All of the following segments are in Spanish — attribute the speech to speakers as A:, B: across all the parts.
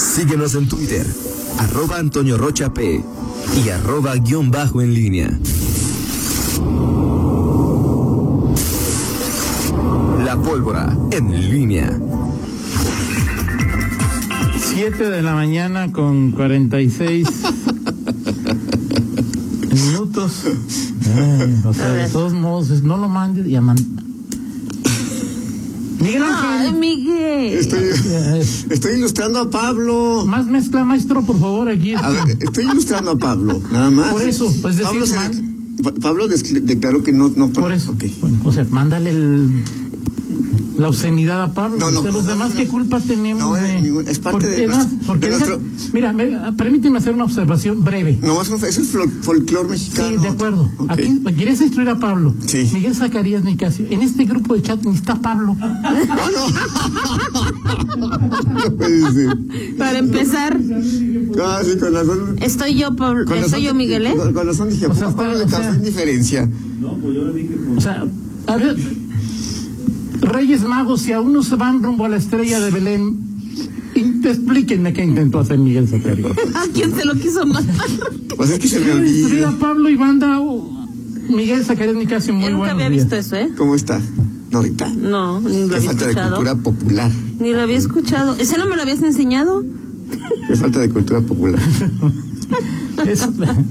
A: Síguenos en Twitter, arroba Antonio Rocha P y arroba guión bajo en línea. La pólvora en línea.
B: 7 de la mañana con 46 minutos. Ay, o sea, de todos modos, es no lo mandes y aman. Miguel
C: Ay,
B: Ángel,
C: Miguel.
D: Estoy,
B: eh,
D: estoy ilustrando a Pablo.
B: más mezcla, maestro, por favor, aquí.
D: A ver, estoy ilustrando a Pablo, nada más.
B: Por eso, pues, decir
D: Pablo, se-
B: mal.
D: Pa- Pablo des- declaró que no, no
B: Por eso.
D: ok.
B: Bueno, o sea, mándale el- la obscenidad a Pablo.
D: No, no,
B: o sea, los
D: no,
B: demás,
D: no,
B: ¿qué
D: no.
B: culpa tenemos?
D: No,
B: de-
D: eh, ningún- es parte
B: porque,
D: de
B: no,
D: nuestro-
B: porque
D: de
B: deja-
D: nuestro-
B: Mira, me- permíteme hacer una observación breve.
D: No, eso, eso es fol- folclore mexicano.
B: Sí, de acuerdo.
D: Ok.
B: Aquí quieres instruir a Pablo.
D: Sí.
B: Miguel Zacarías Nicasio. En este grupo de chat ni está Pablo.
D: No puede ser.
C: Para empezar,
D: Ah, sí, con razón.
C: estoy yo, Pablo.
D: Con razón-
C: Estoy yo, Miguel, ¿eh?
D: Con, con razón dije,
B: O sea,
D: a Pablo le
B: está- o
D: causó
B: sea-
D: indiferencia.
B: O sea, a ver. Reyes Magos, si aún no se van rumbo a la estrella de Belén, in- explíquenme qué intentó hacer Miguel Zacarías.
C: ¿A quién se lo quiso matar?
D: Pues es que se me
B: Quiere destruir a
D: olvida.
B: Pablo y manda oh, Miguel Zacarías Nicasio. Muy
C: Yo nunca
B: buenos
C: había
B: días.
C: visto eso, ¿eh?
D: ¿Cómo está? Norita.
C: No, ni lo
D: Qué
C: había
D: falta de
C: escuchado.
D: cultura popular.
C: Ni lo había escuchado. ¿Ese no me lo habías enseñado?
D: Qué falta de cultura popular.
B: Es- bueno,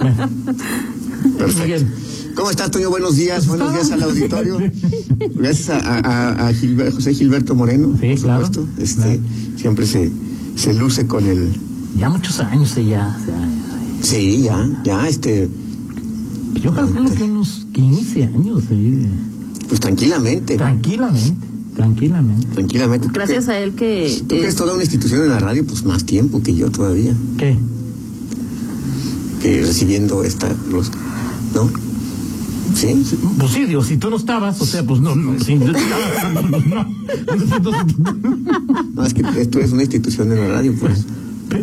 D: Perfecto.
B: Miguel.
D: ¿Cómo estás, Toño? Buenos días.
B: Pues
D: Buenos
B: estaba-
D: días al auditorio. Gracias a, a- a- a Gilber- José Gilberto Moreno,
B: Sí, claro.
D: Este,
B: Claro.
D: Siempre se, se luce con el...
B: Ya muchos años eh, ya. o sea,
D: Sí, ya, ya, este...
B: Yo calculo que unos 15 años. eh,
D: Pues tranquilamente,
B: Tranquilamente, tranquilamente.
D: tranquilamente. ¿Tú
C: Gracias
D: que-
C: a él que.
D: Tú que
C: eh,
D: eres toda una institución en la radio, pues más tiempo que yo todavía,
B: ¿Qué?
D: que recibiendo esta... Los, ¿No? Sí,
B: Pues sí, digo, si tú no estabas, o sea, pues no, no, si yo estaba, no, no, no.
D: no, es que tú eres una institución en la radio, pues.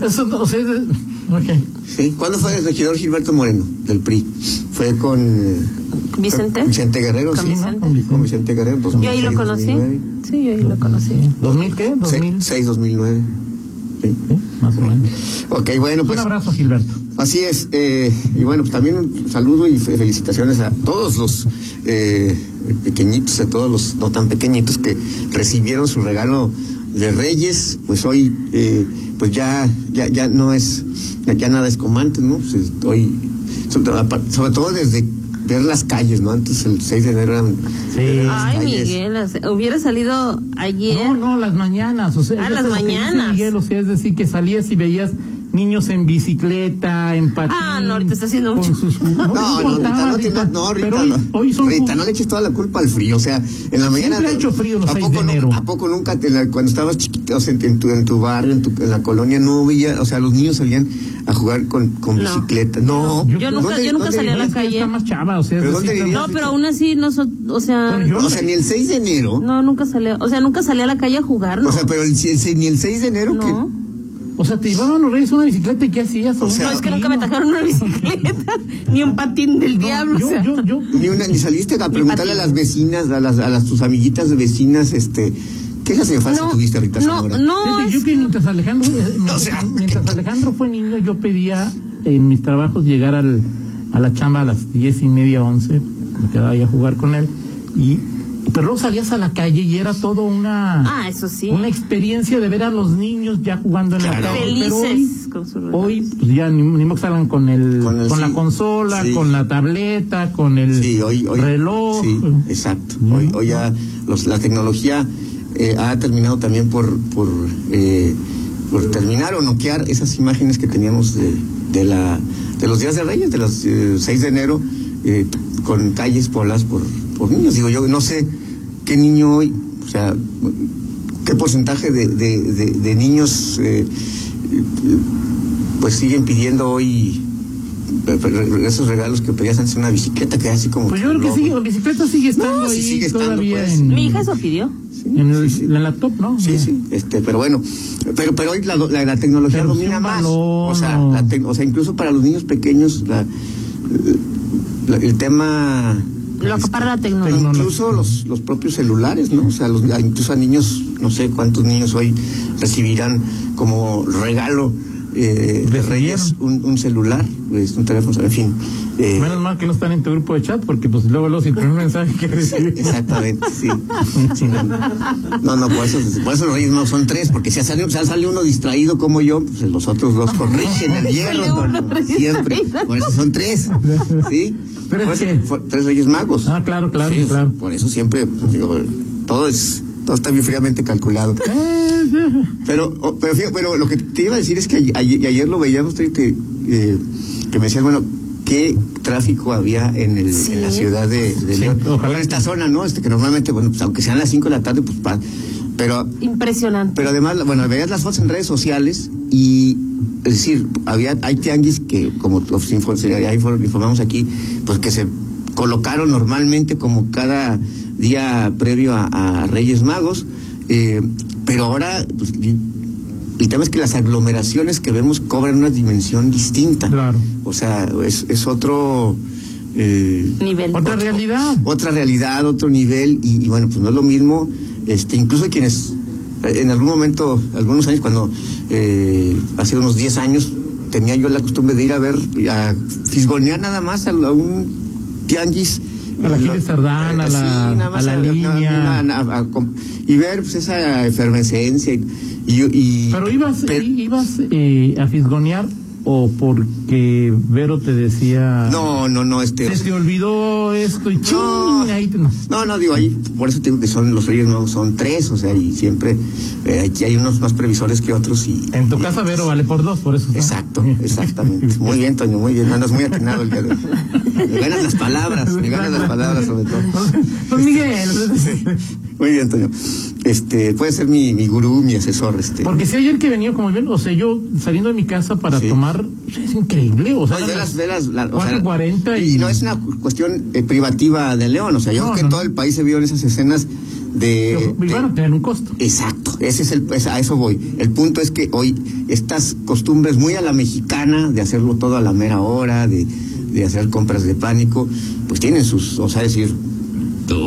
B: Eso no, o sea, de- ok.
D: Sí. ¿Cuándo fue el regidor Gilberto Moreno, del PRI? Fue con... eh,
C: ¿Vicente?
D: Vicente Guerrero,
C: Con
D: sí.
C: Vicente.
D: Con Vicente, Guerrero. Pues,
C: Yo ahí lo
D: 2006,
C: conocí.
D: 2009.
C: Sí, yo ahí lo conocí.
B: ¿2000 qué? ¿2000?
D: Se- 6, 2009. Sí.
B: Sí, más o menos.
D: Ok, bueno,
B: Un
D: pues
B: abrazo, Gilberto.
D: así es. eh, y bueno, pues también un saludo y fe- felicitaciones a todos los eh, pequeñitos, a todos los no tan pequeñitos que recibieron su regalo de Reyes. Pues hoy, eh, pues ya, ya, ya no es, ya, ya nada es como antes, ¿no? Pues, eh, hoy, sobre, sobre todo desde ver las calles, ¿no? Antes el 6 de enero eran...
B: Sí.
D: eran las
C: Ay,
D: calles.
C: Miguel, o sea, hubiera salido ayer.
B: No, no, las mañanas, o sea.
C: Ah,
B: yo
C: las
B: te lo que dice
C: mañanas.
B: Miguel, o sea, es decir, que salías y veías niños en bicicleta, en patín.
C: Ah, no, ahorita está haciendo mucho.
B: no,
D: No, no, Rita, no, tiene- no, Rita,
B: Pero hoy,
D: no.
B: hoy son
D: Rita, no le eches toda la culpa al frío. O sea, en la mañana.
B: Siempre ha hecho frío los
D: ¿A
B: seis
D: poco
B: de
D: nu-
B: enero.
D: ¿A poco nunca, te la- cuando estabas chiquito, o sea, en, en tu, en tu barrio, en, tu, en la colonia, no veía, o sea, los niños salían a jugar con, con
C: No.
D: bicicleta? No.
B: Yo
C: nunca- yo nunca salí a la
B: Es que
C: calle.
B: Está más chava, o sea, es
D: ¿Pero dónde
B: decir,
D: vivías?
C: No, pero aún así, no, so- o sea,
B: Pero yo-
D: O sea, ni el 6 de enero.
C: no, nunca salía, o sea, nunca salí a la calle a jugar, ¿no?
D: O sea, pero el, si- el- ni el 6 de enero que.
C: No.
B: O sea, te llevaban los reyes una bicicleta y ¿qué hacías?
D: sea,
C: No, es que nunca me tajaron una bicicleta, ni un patín del diablo, o
B: Yo,
C: sea.
B: yo, yo.
D: Ni, una, ni saliste a preguntarle
C: patín.
D: a las vecinas, a las, a las tus amiguitas vecinas, este. ¿Qué clase de infancia
C: No,
D: tuviste, Rita
C: no,
D: Zamora?
C: no,
B: Fíjate,
C: es-
B: yo que mientras Alejandro, eh, mientras,
D: sea,
B: mientras Alejandro fue niño, yo pedía en mis trabajos llegar al, a la chamba a las diez y media, once, me quedaba ahí a jugar con él, y pero luego salías a la calle y era todo una,
C: Ah, eso sí.
B: una experiencia de ver a los niños ya jugando en
D: Claro.
B: la calle. Pero hoy,
C: Felices con su regalo.
B: hoy pues, ya ni, ni modo que salgan con el
D: Con
B: con,
D: el- sí,
B: la consola,
D: sí.
B: con la tableta, con el
D: Sí, hoy, hoy-
B: Mm. reloj.
D: Sí, exacto.
B: Mm.
D: Hoy, hoy ya los- la tecnología eh, ha terminado también por, por, eh, por terminar o noquear esas imágenes que teníamos de, de la, de los días de Reyes, de los eh, 6 de enero, eh, con calles pobladas por, por niños. Digo, yo no sé qué niño hoy, o sea, qué porcentaje de, de- de- de niños eh, eh, pues siguen pidiendo hoy eh, re- esos regalos que pedías antes una bicicleta que era así como
B: Pues yo creo que
D: no,
B: sí, la bicicleta sigue estando
D: No, sí
B: ahí
D: sigue estando,
B: todavía
D: pues.
B: en,
C: Mi hija eso pidió.
B: en, el- en la top, ¿no?
D: Mm. Sí, sí, este, pero bueno, pero pero hoy la, la, la tecnología
B: Pero sí
D: domina
B: un
D: más.
B: balón,
D: o, sea,
B: o-
D: la te- o sea, incluso para los niños pequeños, la- la- el tema
C: Lo acapara la tecnología.
B: Tecno-
D: Incluso los, los propios celulares, ¿no? O sea, los, a- incluso a niños, no sé cuántos niños hoy recibirán como regalo eh, de
B: Recibieron.
D: Reyes un, un celular, pues, un teléfono, en fin. eh,
B: Menos mal que no están en tu grupo de chat, porque pues luego los si tienen un mensaje que recibes.
D: Exactamente, sí.
B: un chingón.
D: No, no, por eso, por eso los Reyes no son tres, porque si sale, si sale uno distraído como yo, pues los otros dos corrigen el
C: Sale
D: hierro,
C: uno
D: hermano, siempre.
C: distraído.
D: Por eso son tres, ¿sí?
B: Pero
D: Por
B: es
D: eso
B: que-
D: fue- tres Reyes Magos.
B: Ah, claro, claro,
D: Sí,
B: claro.
D: Por eso siempre, pues, digo, todo es, todo está bien fríamente calculado. Pero, o- pero, fíjate, pero lo que te iba a decir es que ay- ayer, y ayer lo veíamos, te- te, eh, que me decías, bueno, qué tráfico había en, el, en la
C: Sí.
D: ciudad de, de
B: Sí,
D: León.
B: ojalá
D: Bueno,
B: que-
D: esta zona, ¿no? Este, que normalmente, bueno, pues, aunque sean las 5 de la tarde, pues pa- Pero,
C: Impresionante.
D: pero además, bueno, veías las fotos en redes sociales y, es decir, había, hay tianguis que, como los info- se- ya info- informamos aquí, pues que se colocaron normalmente como cada día previo a, a Reyes Magos, eh, pero ahora pues, y- el tema es que las aglomeraciones que vemos cobran una dimensión distinta.
B: Claro.
D: O sea, es, es otro... eh,
C: Nivel.
B: Otra realidad.
D: otra realidad, otro nivel, y, y bueno, pues no es lo mismo, este, incluso quienes eh, en algún momento, algunos años, cuando eh, hace unos 10 años, tenía yo la costumbre de ir a ver, a fisgonear nada más a, la- un tianguis.
B: A la
D: Lo- eh,
B: Gil Sardán, a
D: sí,
B: la-
D: nada más
B: a la línea.
D: a- a- a- com- y ver pues esa efervescencia y, y- y-
B: Pero ibas,
D: pero-
B: i- ibas eh, a fisgonear o porque Vero te decía.
D: no, no, no, este.
B: Se te olvidó esto y ching, ahí te- no.
D: No, no, digo, ahí, por eso te digo que son los reyes nuevos, son tres, o sea, y siempre eh, aquí hay unos más previsores que otros y...
B: En tu
D: y-
B: casa Vero vale por dos, por eso. está.
D: Exacto, exactamente. Muy bien, Toño, muy bien, andas muy atinado el día de hoy. Me ganas las palabras, me ganas las palabras sobre todo.
B: Don Pues, Miguel.
D: Muy bien, Toño. Este, puede ser mi, mi gurú, mi asesor, este...
B: Porque si ayer que venía como bien, o sea, yo saliendo de mi casa para
D: Sí.
B: tomar, es increíble, o sea,
D: No, y ve las, ve las- la- o sea,
B: 4:40 y-
D: y no es una cu- cuestión eh, privativa de León, o sea, yo
B: No,
D: creo que
B: no,
D: todo
B: no.
D: el país se vio en esas escenas de,
B: y
D: de-
B: bueno, tener un costo.
D: Exacto, ese es el, es- a eso voy. El punto es que hoy estas costumbres muy a la mexicana, de hacerlo todo a la mera hora, de, de hacer compras de pánico, pues tienen sus, o sea, decir,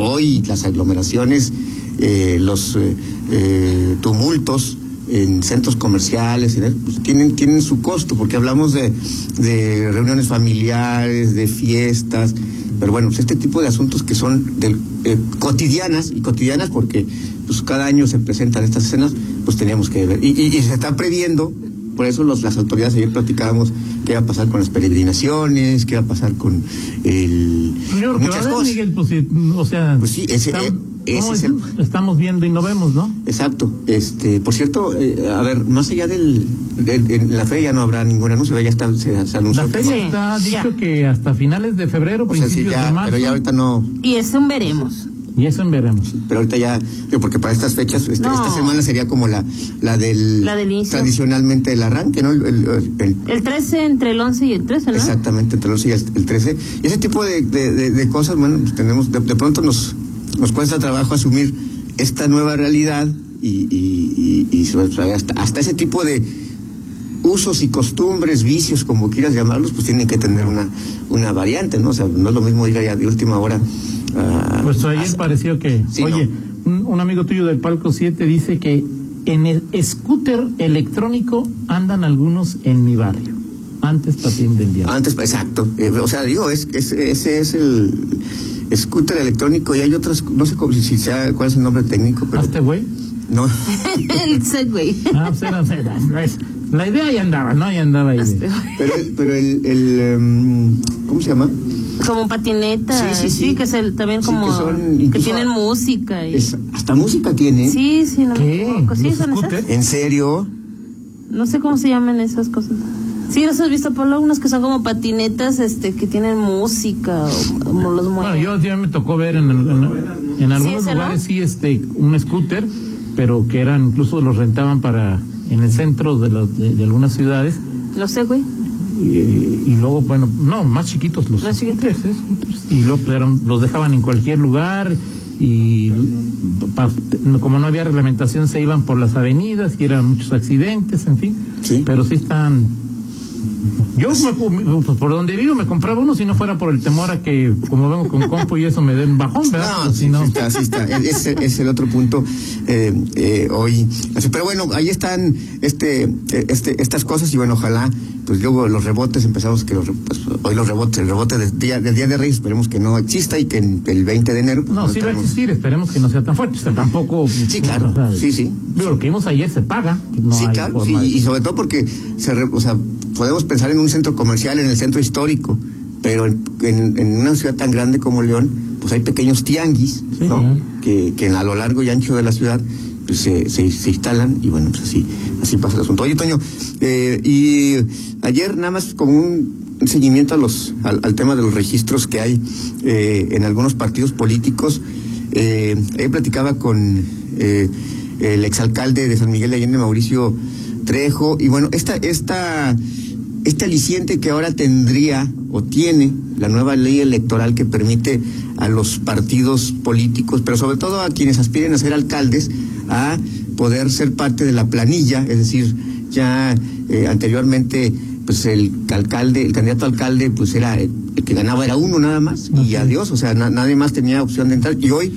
D: hoy las aglomeraciones, eh, los eh, eh, tumultos en centros comerciales, en el- pues tienen, tienen su costo, porque hablamos de, de reuniones familiares, de fiestas, pero bueno, pues este tipo de asuntos que son del- eh, cotidianas, y cotidianas porque pues, cada año se presentan estas escenas, pues teníamos que ver. Y, y- y se está previendo, por eso los, las autoridades ayer platicábamos qué va a pasar con las peregrinaciones, qué va a pasar con el,
B: Yo creo que va a
D: muchas
B: haber,
D: cosas.
B: Miguel, pues, eh, o sea,
D: Pues sí, ese-
B: estamos,
D: eh, ese
B: no,
D: es el-
B: estamos viendo y no vemos, ¿no?
D: Exacto. Este, por cierto, eh, a ver, más allá del, del- en la feria no habrá ningún anuncio, ya está, se, se anunció.
B: La feria
C: Sí,
B: está
C: ya.
B: dicho que hasta finales de febrero,
D: O sea, sí,
B: principios de
D: ya,
B: marzo,
D: pero ya ahorita no,
C: Y eso veremos.
B: y eso en veremos.
D: pero ahorita ya, digo, porque para estas fechas, este-
C: No.
D: esta semana sería como la, la del,
C: La del inicio.
D: tradicionalmente el arranque, ¿no? El- el- el- el-
C: El 13 entre el 11 y el 13, ¿no?
D: Exactamente, entre el 11 y el, el 13. Y ese tipo de, de- de- de cosas, bueno, pues tenemos, de, de pronto nos, nos cuesta trabajo asumir esta nueva realidad y, y- y- y sobre todo hasta, hasta ese tipo de usos y costumbres, vicios, como quieras llamarlos, pues tienen que tener una, una variante, ¿no? O sea, no es lo mismo ir allá de última hora. ah,
B: Pues ayer
D: a-
B: pareció que,
D: Sí,
B: oye, un, un amigo tuyo del Palco 7 dice que en el scooter electrónico andan algunos en mi barrio, antes patín del día.
D: Antes, exacto. Eh, o sea, digo, es, es- ese es el scooter electrónico y hay otras, no sé cómo- si, si sea, cuál es el nombre técnico, pero...
B: ¿Hazte güey?
D: No.
C: el Segway.
B: Ah, pues era- era- era- la idea ahí andaba, ¿no? Ahí andaba ahí. de-
C: Hazte güey.
D: Pero, pero el, el em, ¿cómo se llama?
C: Como patineta.
D: Sí, sí, sí.
C: que es el, también
D: Sí,
C: como.
D: que son
C: que
D: incluso-
C: tienen música. Y,
D: Es- hasta música tiene.
C: Sí, sí, no me
B: ¿Qué?
C: equivoco. Sí,
B: ¿Los
C: son esas.
B: scooters?
D: ¿En serio?
C: No sé cómo se llaman esas cosas. Sí, ¿los has visto, Pablo? Unas que son como patinetas este, que tienen música o, como los
B: Bueno,
C: mueven.
B: yo ya me tocó ver en, en- en algunos
C: ese, ¿no?
B: lugares sí este un scooter, pero que eran incluso los rentaban para en el centro de, los- de- de algunas ciudades
C: No sé, güey.
B: y, y luego bueno no más chiquitos los
C: Más chiquitos.
B: scooters, ¿eh? Scooters. y luego pues, eran- los dejaban en cualquier lugar y pa- como no había reglamentación se iban por las avenidas y eran muchos accidentes en fin
D: Sí.
B: pero sí están Yo, me- pues, por donde vivo, me compraba uno si no fuera por el temor a que, como vengo con compo y eso, me den bajón, ¿verdad?
D: No,
B: Pues,
D: sí,
B: si no.
D: sí está, sí está. E- Ese es el otro punto eh, eh, hoy. Así, Pero bueno, ahí están este, eh, este, estas cosas y bueno, ojalá, pues luego los rebotes, empezamos que los, re- pues, hoy los rebotes, el rebote del día, del día de Reyes, esperemos que no exista y que en- el 20 de enero... pues,
B: No, sí va a
D: tengamos-
B: existir, esperemos que no sea tan fuerte. O sea, tampoco.
D: Sí, claro,
B: o sea,
D: sí, sí.
B: Digo, lo que vimos ayer se paga. No
D: sí,
B: hay
D: claro, sí,
B: forma de-
D: y sobre todo porque se re- o sea, podemos pensar en un centro comercial, en el centro histórico, pero en, en- en una ciudad tan grande como León, pues hay pequeños tianguis,
B: Sí,
D: ¿no?
B: claro.
D: Que, que a lo largo y ancho de la ciudad pues, se, se- se instalan y bueno, pues así, así pasa el asunto. Oye, Toño, eh, y ayer nada más como un seguimiento a los, al, al tema de los registros que hay eh, en algunos partidos políticos, eh, ayer platicaba con eh, el exalcalde de San Miguel de Allende, Mauricio Trejo, y bueno, esta, esta, este aliciente que ahora tendría o tiene la nueva ley electoral que permite a los partidos políticos, pero sobre todo a quienes aspiren a ser alcaldes, a poder ser parte de la planilla, es decir, ya eh, anteriormente pues el alcalde, el candidato a alcalde pues era eh, el que ganaba era uno nada más y adiós, o sea, na- nadie más tenía opción de entrar y hoy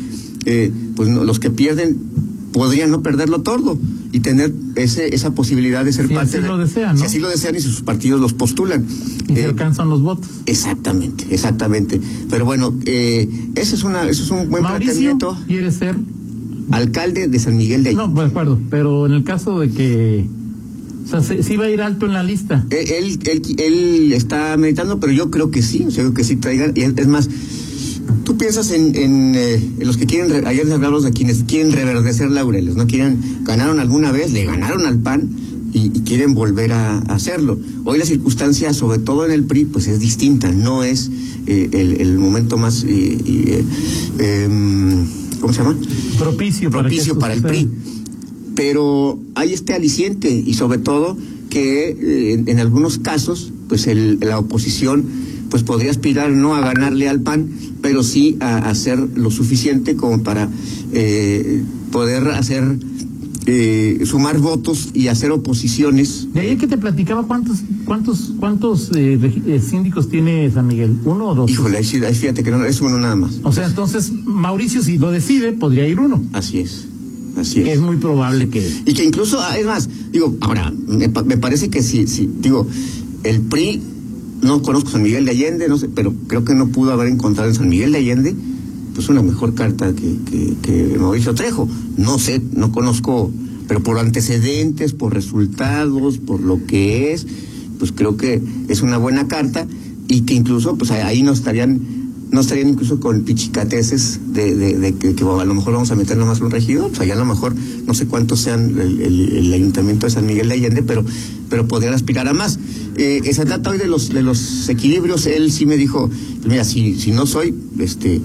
D: eh, pues no- los que pierden podrían no perderlo todo y tener ese, esa posibilidad de ser
B: Si
D: parte
B: así
D: de-
B: lo desean, ¿no?
D: si así lo desean y sus partidos los postulan.
B: y se
D: Eh,
B: alcanzan los votos.
D: exactamente, exactamente. Pero bueno, eh, eso es una, eso es un buen
B: Mauricio
D: planteamiento.
B: quiere ser.
D: Alcalde de San Miguel de Allende.
B: No, pues, de acuerdo, pero en el caso de que. O sea, se- sí va a ir alto en la lista.
D: Eh, Él, él, él está meditando, pero yo creo que sí, o sea, yo creo que sí traigan. Y es es más, tú piensas en, en, eh, en los que quieren, re- ayer hablamos de quienes quieren reverdecer laureles, ¿no? Quieren, ganaron alguna vez, le ganaron al PAN y, y quieren volver a, a hacerlo. Hoy la circunstancia, sobre todo en el PRI, pues es distinta, no es eh, el, el momento más, eh, y, eh, em, ¿cómo se llama?
B: Propicio, para que
D: propicio
B: esto
D: para el
B: suceda.
D: PRI. Pero hay este aliciente y sobre todo que eh, en, en algunos casos, pues el- la oposición pues podría aspirar no a ganarle al PAN, pero sí a, a hacer lo suficiente como para eh, poder hacer eh, sumar votos y hacer oposiciones.
B: De ayer que te platicaba, ¿cuántos cuántos cuántos eh, regi- eh, síndicos tiene San Miguel? ¿Uno o dos?
D: Híjole, ahí sí- ahí fíjate que no es uno nada más.
B: O sea, entonces Mauricio, si lo decide, podría ir uno.
D: Así es, así es.
B: Que es muy probable que.
D: Y que incluso, ah, es más, digo, ahora, me, pa- me parece que sí, sí, digo, el PRI, no conozco San Miguel de Allende, no sé, pero creo que no pudo haber encontrado en San Miguel de Allende, pues una mejor carta que, que, que Mauricio Trejo. No sé, no conozco, pero por antecedentes, por resultados, por lo que es, pues creo que es una buena carta y que incluso, pues ahí no estarían no estarían incluso con pichicateses de, de- de que, que a lo mejor vamos a meter nomás un regidor, o sea, ya a lo mejor no sé cuántos sean el, el- el ayuntamiento de San Miguel de Allende, pero, pero podrían aspirar a más. Eh, que se trata hoy de los, de los equilibrios, él sí me dijo, mira, si, si no soy, este,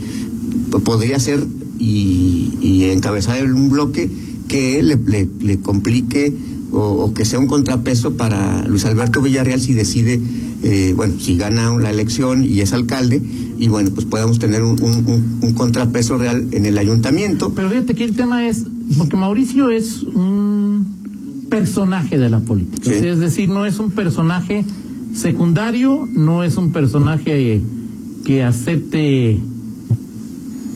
D: po- podría ser y, y encabezar un bloque que le, le- le complique o, o que sea un contrapeso para Luis Alberto Villarreal si decide, eh, bueno, si gana la elección y es alcalde, y bueno, pues podamos tener un, un- un- un contrapeso real en el ayuntamiento.
B: Pero fíjate que el tema es, porque Mauricio es un personaje de la política.
D: Sí.
B: O sea, Es decir, no es un personaje secundario, no es un personaje que acepte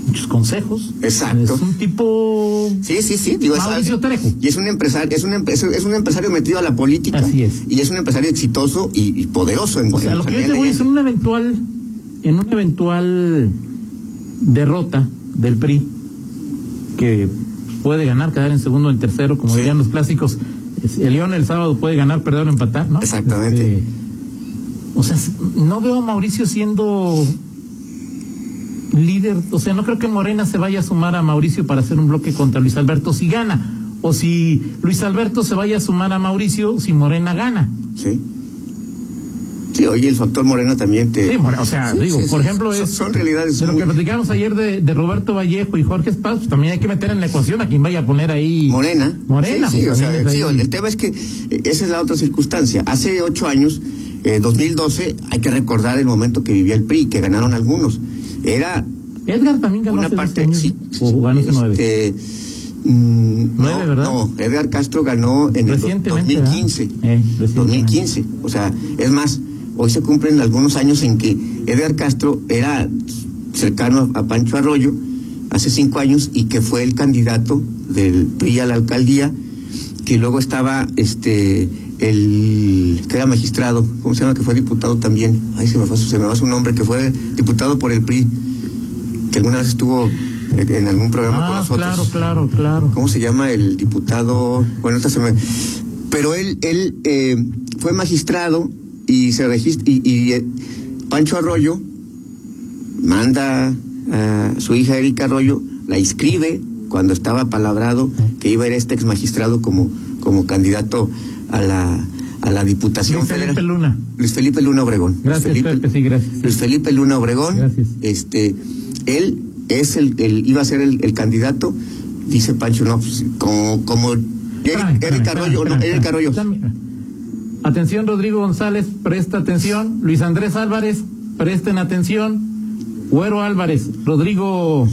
B: muchos consejos.
D: Exacto.
B: Es un tipo
D: Sí, sí, sí, digo, es-
B: Mauricio Trejo.
D: Y es un empresario, es un, empe- es un- es un empresario metido a la política.
B: Así es.
D: Y es un empresario exitoso y, y poderoso en
B: O sea,
D: en
B: lo que yo
D: San
B: te voy
D: Miguel
B: es
D: de
B: en una eventual, en una eventual derrota del PRI, que puede ganar, quedar en segundo o en tercero, como
D: Sí.
B: dirían los clásicos. es- El León el sábado puede ganar, perder o empatar, ¿no?
D: Exactamente.
B: Este, o sea, s- no veo a Mauricio siendo líder, o sea, no creo que Morena se vaya a sumar a Mauricio para hacer un bloque contra Luis Alberto si gana, o si Luis Alberto se vaya a sumar a Mauricio si Morena gana.
D: Sí. Sí, oye, el factor moreno también te...
B: Sí, bueno, o sea,
D: Eh, Sí,
B: digo,
D: sí,
B: por
D: sí,
B: ejemplo,
D: son-
B: es,
D: son realidades
B: de lo
D: muy-
B: que platicamos ayer de, de Roberto Vallejo y Jorge Spaz, pues también hay que meter en la ecuación a quien vaya a poner ahí.
D: Morena.
B: Morena.
D: Sí, sí,
B: pues,
D: o sea,
B: también es
D: sí,
B: ahí.
D: el tema es que eh, esa es la otra circunstancia. Hace ocho años, eh, 2012, hay que recordar el momento que vivía el PRI, que ganaron algunos. Era
B: Edgar también ganó
D: una
B: hace
D: parte,
B: dos años,
D: sí.
B: o ganó hace nueve.
D: este, Mm,
B: Nueve,
D: no,
B: ¿verdad?
D: no, Edgar Castro ganó en el do-
B: Recientemente,
D: 2015.
B: ¿verdad? Eh, recientemente.
D: 2015. O sea, es más, hoy se cumplen algunos años en que Edgar Castro era cercano a, a Pancho Arroyo hace cinco años y que fue el candidato del PRI a la alcaldía, que luego estaba este el que era magistrado, ¿cómo se llama? que fue diputado también, ay se me fue, su- se me va su nombre, que fue diputado por el PRI, que alguna vez estuvo eh, en algún programa con
B: Ah,
D: nosotros.
B: claro, claro, claro.
D: ¿cómo se llama el diputado? Bueno, esta se me... Pero él, él eh, fue magistrado y se registra, y, y, eh, Pancho Arroyo manda a su hija Erika Arroyo, la inscribe cuando estaba palabrado que iba a ir este ex magistrado como, como candidato a la, a la Diputación
B: Luis
D: Federal.
B: Felipe Luna.
D: Luis Felipe Luna Obregón.
B: Gracias,
D: Luis Felipe,
B: Pepe, sí, gracias.
D: Luis Felipe Luna Obregón.
B: Gracias.
D: Este, él es el, el- iba a ser el, el candidato, dice Pancho, no, pues, como, como Eric,
B: Espérame,
D: Eric
B: espérame,
D: Arroyo, no,
B: espérame,
D: Eric
B: espérame.
D: Arroyo.
B: Dame- eh, Atención, Rodrigo González, presta atención. Luis Andrés Álvarez, presten atención. Güero Álvarez, Rodrigo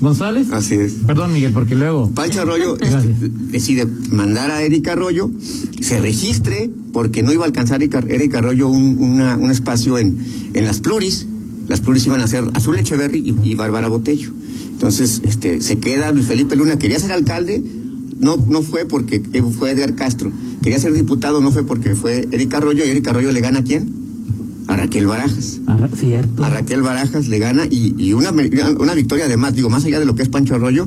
B: González.
D: Así es.
B: Perdón, Miguel, porque luego.
D: Pancho Arroyo este,
B: Gracias.
D: decide mandar a Erika Arroyo, se registre, porque no iba a alcanzar Erika, Erika Arroyo un, una- un espacio en, en las pluris. Las pluris iban a ser Azul Echeverry y, y Bárbara Botello. Entonces, este, se queda Luis Felipe Luna, quería ser alcalde, no, no fue porque eh, fue Edgar Castro. Quería ser diputado, no fue porque fue Erika Arroyo, y Erika Arroyo le gana a quién? A Raquel Barajas
B: Ah, cierto.
D: a Raquel Barajas le gana y, y una, me- una victoria además, digo, más allá de lo que es Pancho Arroyo,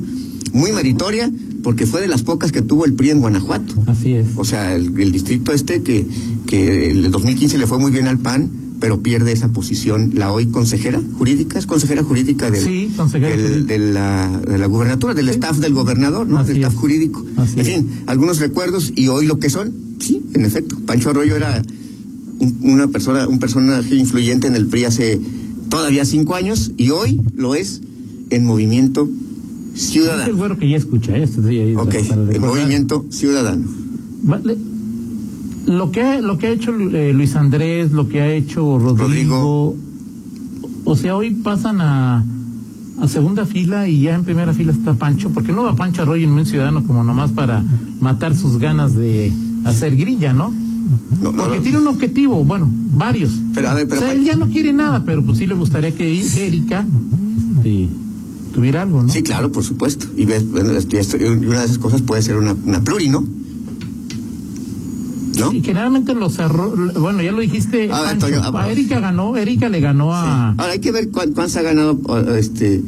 D: muy meritoria porque fue de las pocas que tuvo el PRI en Guanajuato.
B: Así es.
D: O sea, el, el distrito este que, que el 2015 le fue muy bien al PAN, pero pierde esa posición la hoy consejera jurídica, es consejera jurídica del,
B: Sí, consejera
D: del-
B: jurídica.
D: de, la, de la gubernatura, del staff del gobernador, ¿no?
B: Así
D: del staff
B: es.
D: jurídico.
B: Así es.
D: en fin, algunos recuerdos y hoy lo que son, sí, en efecto. Pancho Arroyo era un- una persona, un personaje influyente en el PRI hace todavía cinco años y hoy lo es en Movimiento
B: Dice el
D: Ciudadano.
B: güero que ya escucha esto. sí, ahí,
D: Ok,
B: para
D: en
B: recordar.
D: Movimiento Ciudadano.
B: Vale. Lo que, lo que ha hecho eh, Luis Andrés, lo que ha hecho Rodrigo,
D: Rodrigo.
B: o sea, hoy pasan a, a segunda fila y ya en primera fila está Pancho, porque no va Pancho Arroyo en un ciudadano como nomás para matar sus ganas de hacer grilla, ¿no?
D: No, no,
B: Porque
D: no.
B: tiene un objetivo, bueno, varios.
D: Pero, a ver, pero
B: o sea,
D: Pancho-
B: él ya no quiere nada, pero pues sí le gustaría que I- Erika este, tuviera algo, ¿no?
D: Sí, claro, por supuesto. Y ves, bueno, esto- esto- y una de esas cosas puede ser una, una pluri, ¿no? ¿No? Ah,
B: Y generalmente los arro- bueno, ya lo dijiste,
D: A ver,
B: Pancho.
D: Toño, a-
B: A Erika ganó, Erika le ganó a...
D: Ahora hay que ver cuán- cuántas ha ganado o- este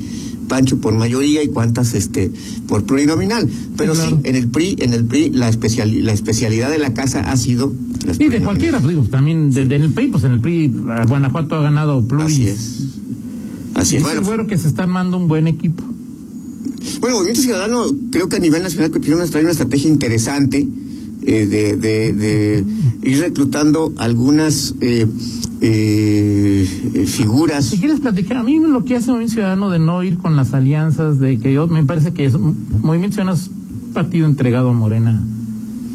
D: Pancho por mayoría y cuántas este por plurinominal. Pero
B: Sí,
D: sí,
B: claro.
D: en el PRI, en el PRI la especiali- la especialidad de la casa ha sido las
B: Sí, de
D: plurinominales.
B: cualquiera, pues, digo, también de- de- en el PRI, pues en el PRI eh, Guanajuato ha ganado pluris.
D: Así es.
B: Dice
D: Así es.
B: el
D: Bueno,
B: güero que se está armando un buen equipo.
D: Bueno, Movimiento Ciudadano creo que a nivel nacional tiene una, trae una estrategia interesante eh, de, de- de ir reclutando algunas eh, eh, eh, figuras.
B: Si quieres platicar, a mí lo que hace Movimiento Ciudadano de no ir con las alianzas, de que yo me parece que es un- Movimiento Ciudadano es un partido entregado a Morena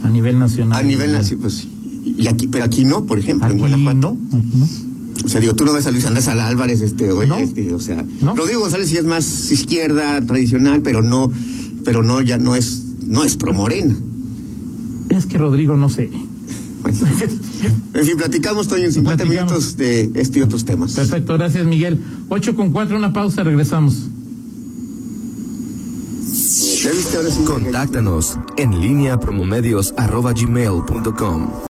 B: a nivel nacional.
D: A nivel nacional, pues, y aquí, pero aquí no, por ejemplo,
B: Aquí
D: en Guanajuato.
B: no, aquí no.
D: O sea, digo, tú no ves a Luis Andrés Al- Álvarez, este, o,
B: No.
D: este, o sea,
B: No.
D: Rodrigo González sí es más izquierda tradicional, pero no, pero no, ya no es, no es pro Morena.
B: Es que Rodrigo no sé.
D: Bueno. En fin, platicamos, Toño, en 50
B: Platicamos.
D: minutos de este y otros temas.
B: Perfecto, gracias Miguel. 8 con 4, una pausa, regresamos.
D: Ya viste, ahora sí.
A: Contáctanos en línea promomedios arroba gmail punto com.